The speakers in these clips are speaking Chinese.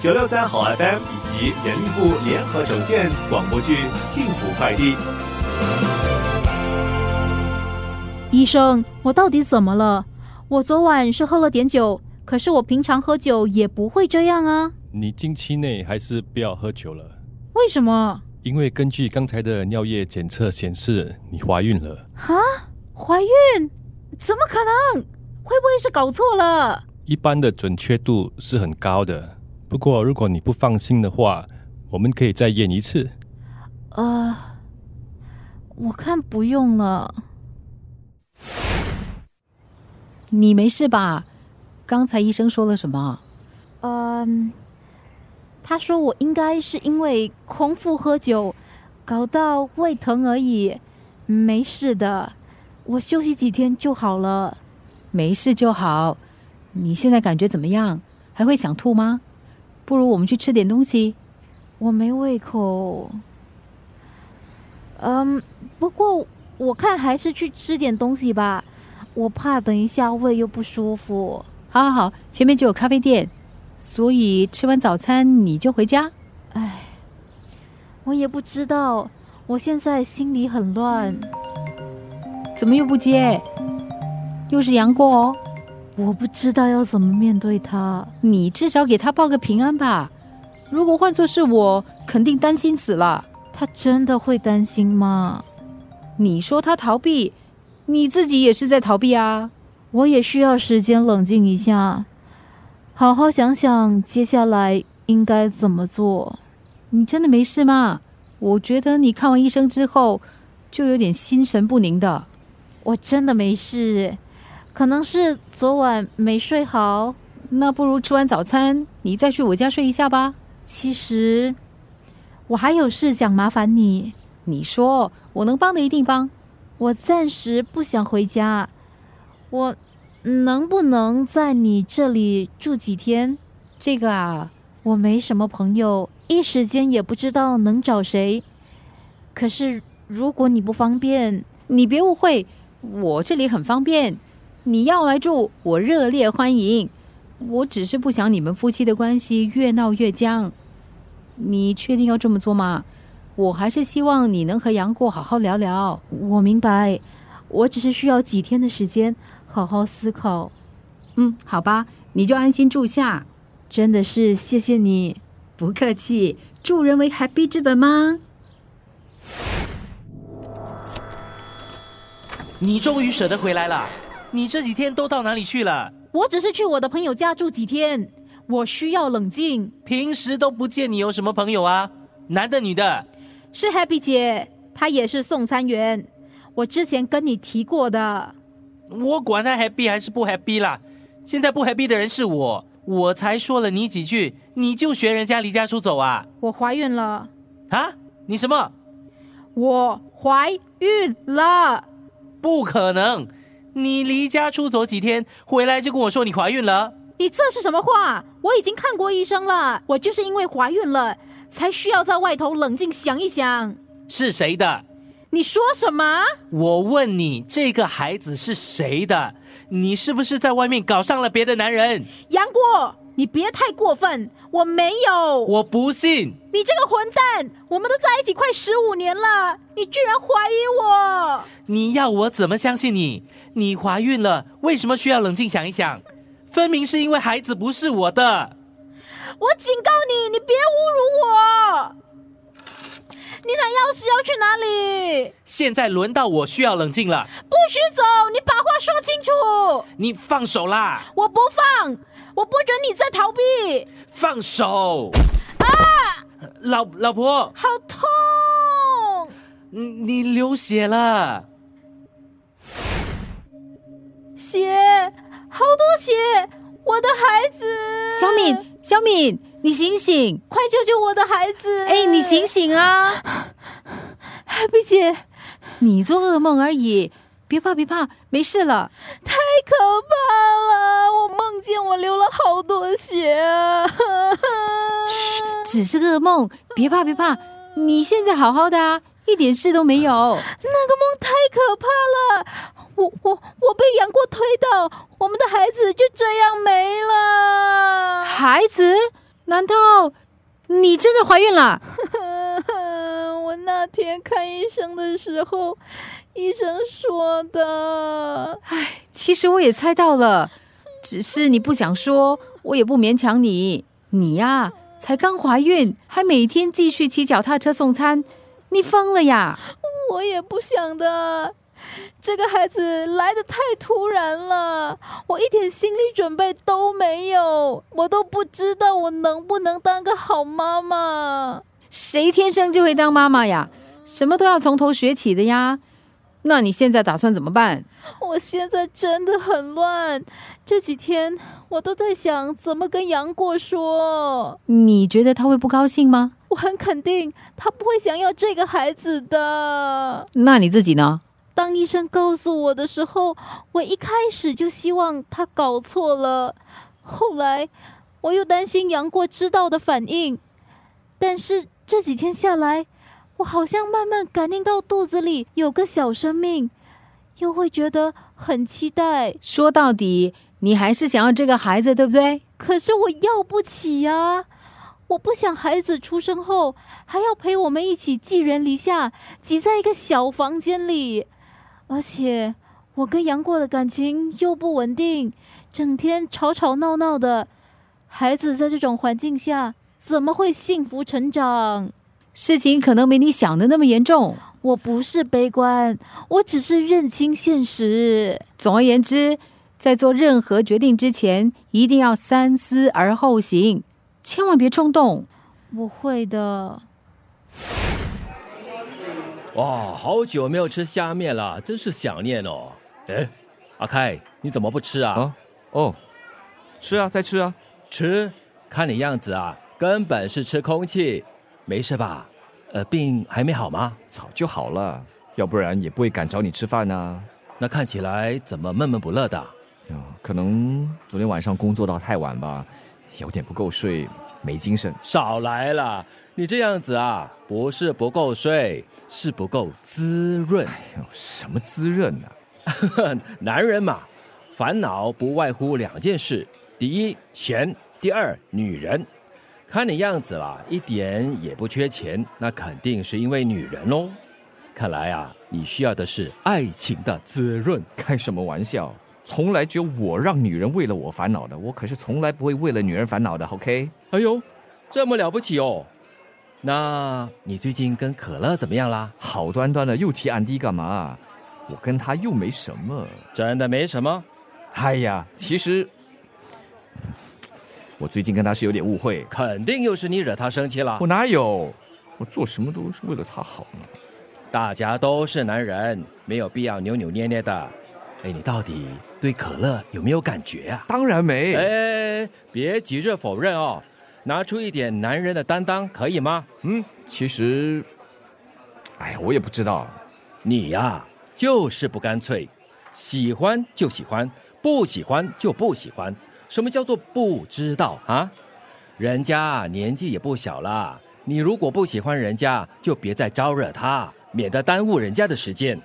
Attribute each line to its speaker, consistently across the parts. Speaker 1: 九六三好 FM 以及人力部联合呈现广播剧《幸福快递》。
Speaker 2: 医生，我到底怎么了？我昨晚是喝了点酒，可是我平常喝酒也不会这样啊。
Speaker 3: 你近期内还是不要喝酒了，
Speaker 2: 为什么？
Speaker 3: 因为根据刚才的尿液检测显示你怀孕了。
Speaker 2: 怀孕？怎么可能？会不会是搞错了？
Speaker 3: 一般的准确度是很高的，不过如果你不放心的话，我们可以再验一次。
Speaker 2: 呃，我看不用了。
Speaker 4: 你没事吧？刚才医生说了什么？
Speaker 2: 嗯，他说我应该是因为空腹喝酒，搞到胃疼而已，没事的，我休息几天就好了。
Speaker 4: 没事就好。你现在感觉怎么样？还会想吐吗？不如我们去吃点东西。
Speaker 2: 我没胃口。嗯，不过我看还是去吃点东西吧，我怕等一下胃又不舒服。
Speaker 4: 好好好，前面就有咖啡店，所以吃完早餐你就回家。
Speaker 2: 唉，我也不知道，我现在心里很乱，
Speaker 4: 怎么又不接？又是杨过哦，
Speaker 2: 我不知道要怎么面对他。
Speaker 4: 你至少给他报个平安吧。如果换作是我，肯定担心死了。
Speaker 2: 他真的会担心吗？
Speaker 4: 你说他逃避，你自己也是在逃避啊。
Speaker 2: 我也需要时间冷静一下，好好想想接下来应该怎么做。
Speaker 4: 你真的没事吗？我觉得你看完医生之后，就有点心神不宁的。
Speaker 2: 我真的没事，可能是昨晚没睡好。
Speaker 4: 那不如吃完早餐，你再去我家睡一下吧。
Speaker 2: 其实我还有事想麻烦你，
Speaker 4: 你说我能帮的一定帮。
Speaker 2: 我暂时不想回家，我能不能在你这里住几天？
Speaker 4: 这个啊，
Speaker 2: 我没什么朋友，一时间也不知道能找谁。可是如果你不方便，
Speaker 4: 你别误会，我这里很方便，你要来住，我热烈欢迎。我只是不想你们夫妻的关系越闹越僵。你确定要这么做吗？我还是希望你能和杨过好好聊聊。
Speaker 2: 我明白，我只是需要几天的时间好好思考。
Speaker 4: 嗯，好吧，你就安心住下。
Speaker 2: 真的是谢谢你。
Speaker 4: 不客气，助人为还必之本吗？
Speaker 5: 你终于舍得回来了，你这几天都到哪里去了？
Speaker 2: 我只是去我的朋友家住几天，我需要冷静。
Speaker 5: 平时都不见你有什么朋友啊，男的女的，
Speaker 2: 是 Happy 姐，她也是送餐员，我之前跟你提过的。
Speaker 5: 我管他 happy 还是不 happy 啦。现在不 happy 的人是我，我才说了你几句，你就学人家离家出走啊？
Speaker 2: 我怀孕了，
Speaker 5: 啊？你什么？
Speaker 2: 我怀孕了，
Speaker 5: 不可能！你离家出走几天，回来就跟我说你怀孕了？
Speaker 2: 你这是什么话？我已经看过医生了，我就是因为怀孕了，才需要在外头冷静想一想。
Speaker 5: 是谁的？
Speaker 2: 你说什么？
Speaker 5: 我问你，这个孩子是谁的？你是不是在外面搞上了别的男人？
Speaker 2: 杨过，你别太过分，我没有。
Speaker 5: 我不信！
Speaker 2: 你这个混蛋！我们都在一起快十五年了，你居然怀疑我！
Speaker 5: 你要我怎么相信你？你怀孕了，为什么需要冷静想一想？分明是因为孩子不是我的。
Speaker 2: 我警告你，你别侮辱我！你拿钥匙要去哪里？
Speaker 5: 现在轮到我需要冷静了，
Speaker 2: 不许走！你把话说清楚！
Speaker 5: 你放手啦！
Speaker 2: 我不放，我不准你再逃避！
Speaker 5: 放手！啊！老老婆，
Speaker 2: 好痛！
Speaker 5: 你你流血了。
Speaker 2: 血，好多血！我的孩子，
Speaker 4: 小敏，小敏，你醒醒！
Speaker 2: 快救救我的孩子！
Speaker 4: 哎，你醒醒啊！
Speaker 2: ，Happy 姐，
Speaker 4: 你做噩梦而已，别怕别怕，没事了。
Speaker 2: 太可怕了！我梦见我流了好多血啊！
Speaker 4: 只是个噩梦，别怕别怕，你现在好好的啊，一点事都没有。
Speaker 2: 那个梦太可怕了，我我我被杨过推倒，我们的孩子就这样没了。
Speaker 4: 孩子，难道你真的怀孕了？
Speaker 2: 我那天看医生的时候，医生说的。
Speaker 4: 其实我也猜到了，只是你不想说，我也不勉强你。你呀、才刚怀孕，还每天继续骑脚踏车送餐，你疯了呀！
Speaker 2: 我也不想的。这个孩子来的太突然了，我一点心理准备都没有，我都不知道我能不能当个好妈妈。
Speaker 4: 谁天生就会当妈妈呀？什么都要从头学起的呀。那你现在打算怎么办？
Speaker 2: 我现在真的很乱，这几天我都在想怎么跟杨过说。
Speaker 4: 你觉得他会不高兴吗？
Speaker 2: 我很肯定他不会想要这个孩子的。
Speaker 4: 那你自己呢？
Speaker 2: 当医生告诉我的时候，我一开始就希望他搞错了，后来我又担心杨过知道的反应。但是这几天下来，我好像慢慢感应到肚子里有个小生命，又会觉得很期待。
Speaker 4: 说到底，你还是想要这个孩子，对不对？
Speaker 2: 可是我要不起呀、我不想孩子出生后还要陪我们一起寄人篱下，挤在一个小房间里。而且我跟杨过的感情又不稳定，整天吵吵闹闹的，孩子在这种环境下怎么会幸福成长？
Speaker 4: 事情可能没你想的那么严重。
Speaker 2: 我不是悲观，我只是认清现实。
Speaker 4: 总而言之，在做任何决定之前，一定要三思而后行，千万别冲动。
Speaker 2: 我会的。
Speaker 6: 哇，哦好久没有吃虾面了，真是想念哦。哎，阿开，你怎么不吃啊？
Speaker 7: 啊哦，吃啊，再吃啊。
Speaker 6: 吃？看你样子啊，根本是吃空气。没事吧？呃，病还没好吗？
Speaker 7: 早就好了，要不然也不会敢找你吃饭啊。
Speaker 6: 那看起来怎么闷闷不乐的？
Speaker 7: 啊可能昨天晚上工作到太晚吧，有点不够睡，没精神。
Speaker 6: 少来了，你这样子啊，不是不够睡，是不够滋润。
Speaker 7: 哎呦什么滋润啊？
Speaker 6: 男人嘛，烦恼不外乎两件事：第一，钱；第二，女人。看你样子啦，一点也不缺钱，那肯定是因为女人喽。看来啊，你需要的是爱情的滋润。
Speaker 7: 开什么玩笑？从来只有我让女人为了我烦恼的，我可是从来不会为了女人烦恼的。OK？
Speaker 6: 哎呦，这么了不起哦！那你最近跟可乐怎么样啦？
Speaker 7: 好端端的又提安迪干嘛？我跟他又没什么。
Speaker 6: 真的没什么，
Speaker 7: 哎呀，其实我最近跟他是有点误会。
Speaker 6: 肯定又是你惹他生气了
Speaker 7: 我。哪有？我做什么都是为了他好呢。
Speaker 6: 大家都是男人，没有必要扭扭捏捏的。哎，你到底对可乐有没有感觉啊？
Speaker 7: 当然没。
Speaker 6: 哎，别急着否认哦，拿出一点男人的担当，可以吗？嗯，
Speaker 7: 其实，哎呀，我也不知道。
Speaker 6: 你呀、就是不干脆，喜欢就喜欢，不喜欢就不喜欢。什么叫做不知道啊？人家年纪也不小啦，你如果不喜欢人家，就别再招惹他，免得耽误人家的时间。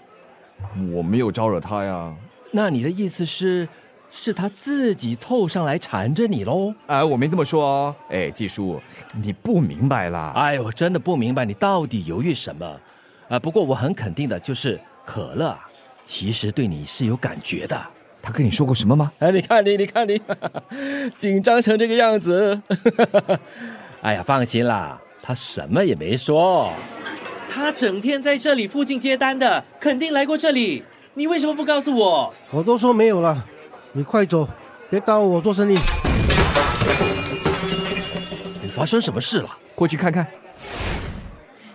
Speaker 7: 我没有招惹他呀。
Speaker 6: 那你的意思是，是他自己凑上来缠着你喽？
Speaker 7: 哎，我没这么说哦。哎，季叔，你不明白啦。
Speaker 6: 哎呦，真的不明白你到底犹豫什么啊、不过我很肯定的就是，可乐啊，其实对你是有感觉的。
Speaker 7: 他跟你说过什么吗？
Speaker 6: 哎，你看你，你看你， 紧张成这个样子。 哎呀，放心啦，他什么也没说。
Speaker 5: 他整天在这里附近接单的，肯定来过这里。你为什么不告诉我？
Speaker 8: 我都说没有了，你快走，别耽误我做生意。
Speaker 6: 你发生什么事了？
Speaker 7: 过去看看。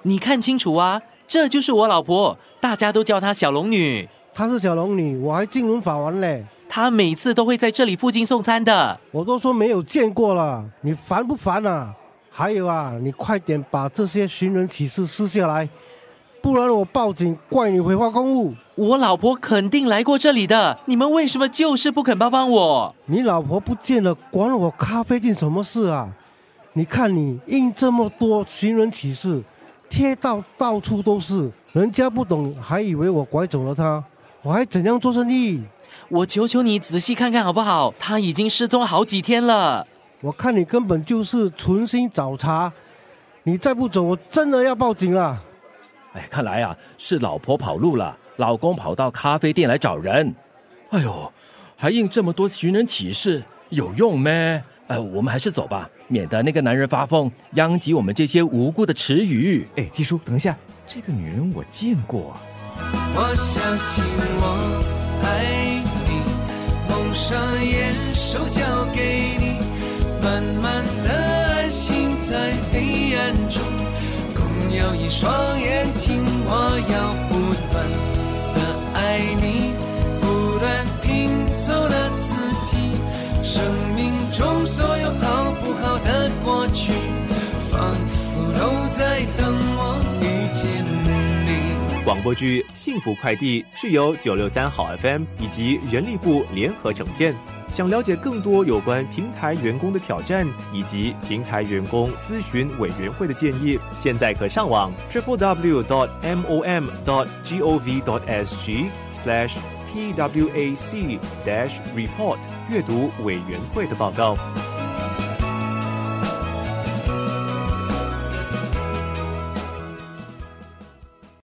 Speaker 5: 你看清楚啊，这就是我老婆，大家都叫她小龙女。
Speaker 8: 她是小龙女，我还金轮法王嘞。
Speaker 5: 她每次都会在这里附近送餐的。
Speaker 8: 我都说没有见过了，你烦不烦啊？还有啊，你快点把这些寻人启事撕下来，不然我报警怪你毁坏公务。
Speaker 5: 我老婆肯定来过这里的，你们为什么就是不肯帮帮我？
Speaker 8: 你老婆不见了，管我咖啡店什么事啊？你看你印这么多寻人启事，贴到到处都是，人家不懂还以为我拐走了她，我还怎样做生意？
Speaker 5: 我求求你仔细看看好不好？她已经失踪好几天了。
Speaker 8: 我看你根本就是存心找茬，你再不走，我真的要报警了。
Speaker 6: 哎，看来啊是老婆跑路了，老公跑到咖啡店来找人。哎呦，还印这么多寻人启事，有用咩？呃，我们还是走吧，免得那个男人发疯，殃及我们这些无辜的池鱼。
Speaker 9: 哎，季叔，等一下，这个女人我见过啊。
Speaker 10: 我相信我爱你，蒙上眼，手交给你，慢慢的安心在黑暗中，共有一双眼睛，我要不断的爱你，不断拼凑了自己，生命中所有好不好的过去，仿佛都在等我遇见你。
Speaker 7: 广播剧《幸福快递》是由九六三好 FM 以及人力部联合呈现。想了解更多有关平台员工的挑战以及平台员工咨询委员会的建议，现在可上网 triple w dot m o m dot g o v dot s g slash p w a c dash report 阅读委员会的报告。